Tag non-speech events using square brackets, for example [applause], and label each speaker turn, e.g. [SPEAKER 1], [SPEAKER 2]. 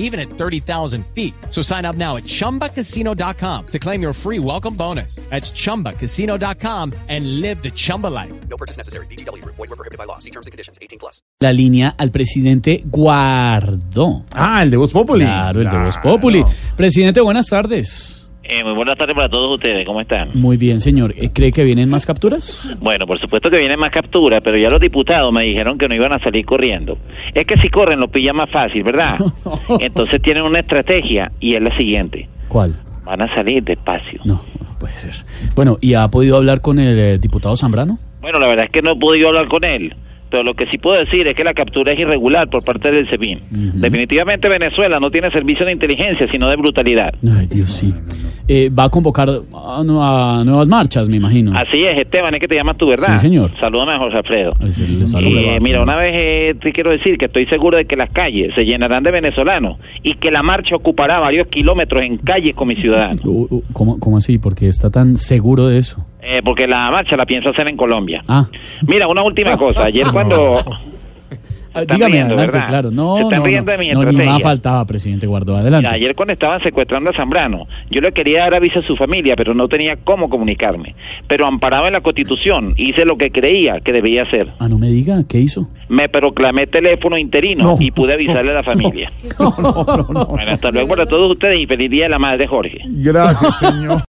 [SPEAKER 1] even at 30,000 feet. So sign up now at ChumbaCasino.com to claim your free welcome bonus. That's ChumbaCasino.com and live the Chumba life.
[SPEAKER 2] No purchase necessary. BGW. Void were prohibited by law. See terms and conditions. 18 plus.
[SPEAKER 3] la línea al presidente Guardó.
[SPEAKER 4] Ah, el de Voz Populi.
[SPEAKER 3] Claro, el de Voz Populi. Presidente, buenas tardes.
[SPEAKER 5] Eh, muy buenas tardes para todos ustedes, ¿cómo están?
[SPEAKER 3] Muy bien, señor. Eh, ¿Cree que vienen más capturas?
[SPEAKER 5] Bueno, por supuesto que vienen más capturas, pero ya los diputados me dijeron que no iban a salir corriendo. Es que si corren lo pillan más fácil,
[SPEAKER 3] [laughs]
[SPEAKER 5] ¿verdad? Entonces tienen una estrategia y es la siguiente.
[SPEAKER 3] ¿Cuál?
[SPEAKER 5] Van a salir despacio.
[SPEAKER 3] No, no puede ser. Bueno, ¿y ha podido hablar con el eh, diputado Zambrano?
[SPEAKER 5] Bueno, la verdad es que no he podido hablar con él, pero lo que sí puedo decir es que la captura es irregular por parte del SEBIN. Definitivamente Venezuela no tiene servicio de inteligencia, sino de brutalidad.
[SPEAKER 3] Ay, Dios, sí. Eh, va a convocar a, nu- a nuevas marchas, me imagino.
[SPEAKER 5] Así es, Esteban, es que te llamas tú, ¿verdad?
[SPEAKER 3] Sí, señor.
[SPEAKER 5] Salúdame a José Alfredo.
[SPEAKER 3] Ay, sí, le saluda.
[SPEAKER 5] Eh, mira, una vez eh, te quiero decir que estoy seguro de que las calles se llenarán de venezolanos y que la marcha ocupará varios kilómetros en calles con mis ciudadanos,
[SPEAKER 4] [laughs]
[SPEAKER 3] Uh, uh, ¿Cómo, ¿Cómo así? Porque está tan seguro de eso.
[SPEAKER 5] Eh, porque la marcha la pienso hacer en Colombia.
[SPEAKER 3] Ah,
[SPEAKER 5] Mira, una última
[SPEAKER 4] [laughs]
[SPEAKER 5] cosa. Ayer cuando...
[SPEAKER 3] Ah,
[SPEAKER 5] están
[SPEAKER 3] dígame,
[SPEAKER 5] riendo,
[SPEAKER 3] adelante,
[SPEAKER 5] ¿verdad?
[SPEAKER 3] claro. No,
[SPEAKER 5] Se están
[SPEAKER 3] no,
[SPEAKER 5] riendo
[SPEAKER 3] no,
[SPEAKER 5] de mi
[SPEAKER 3] no, ni
[SPEAKER 5] estrategia.
[SPEAKER 3] más faltaba, presidente Guardó. Adelante.
[SPEAKER 5] Ayer cuando estaban secuestrando a Zambrano, yo le quería dar aviso a su familia, pero no tenía cómo comunicarme. Pero amparado en la Constitución, hice lo que creía que debía hacer.
[SPEAKER 3] Ah, no me diga, ¿qué hizo?
[SPEAKER 5] Me proclamé teléfono
[SPEAKER 4] [laughs]
[SPEAKER 5] interino
[SPEAKER 4] No.
[SPEAKER 5] y pude avisarle a la familia.
[SPEAKER 4] [laughs] No, no, no, no.
[SPEAKER 5] Bueno, hasta luego para todos ustedes y feliz día de la madre, Jorge.
[SPEAKER 4] Gracias, señor.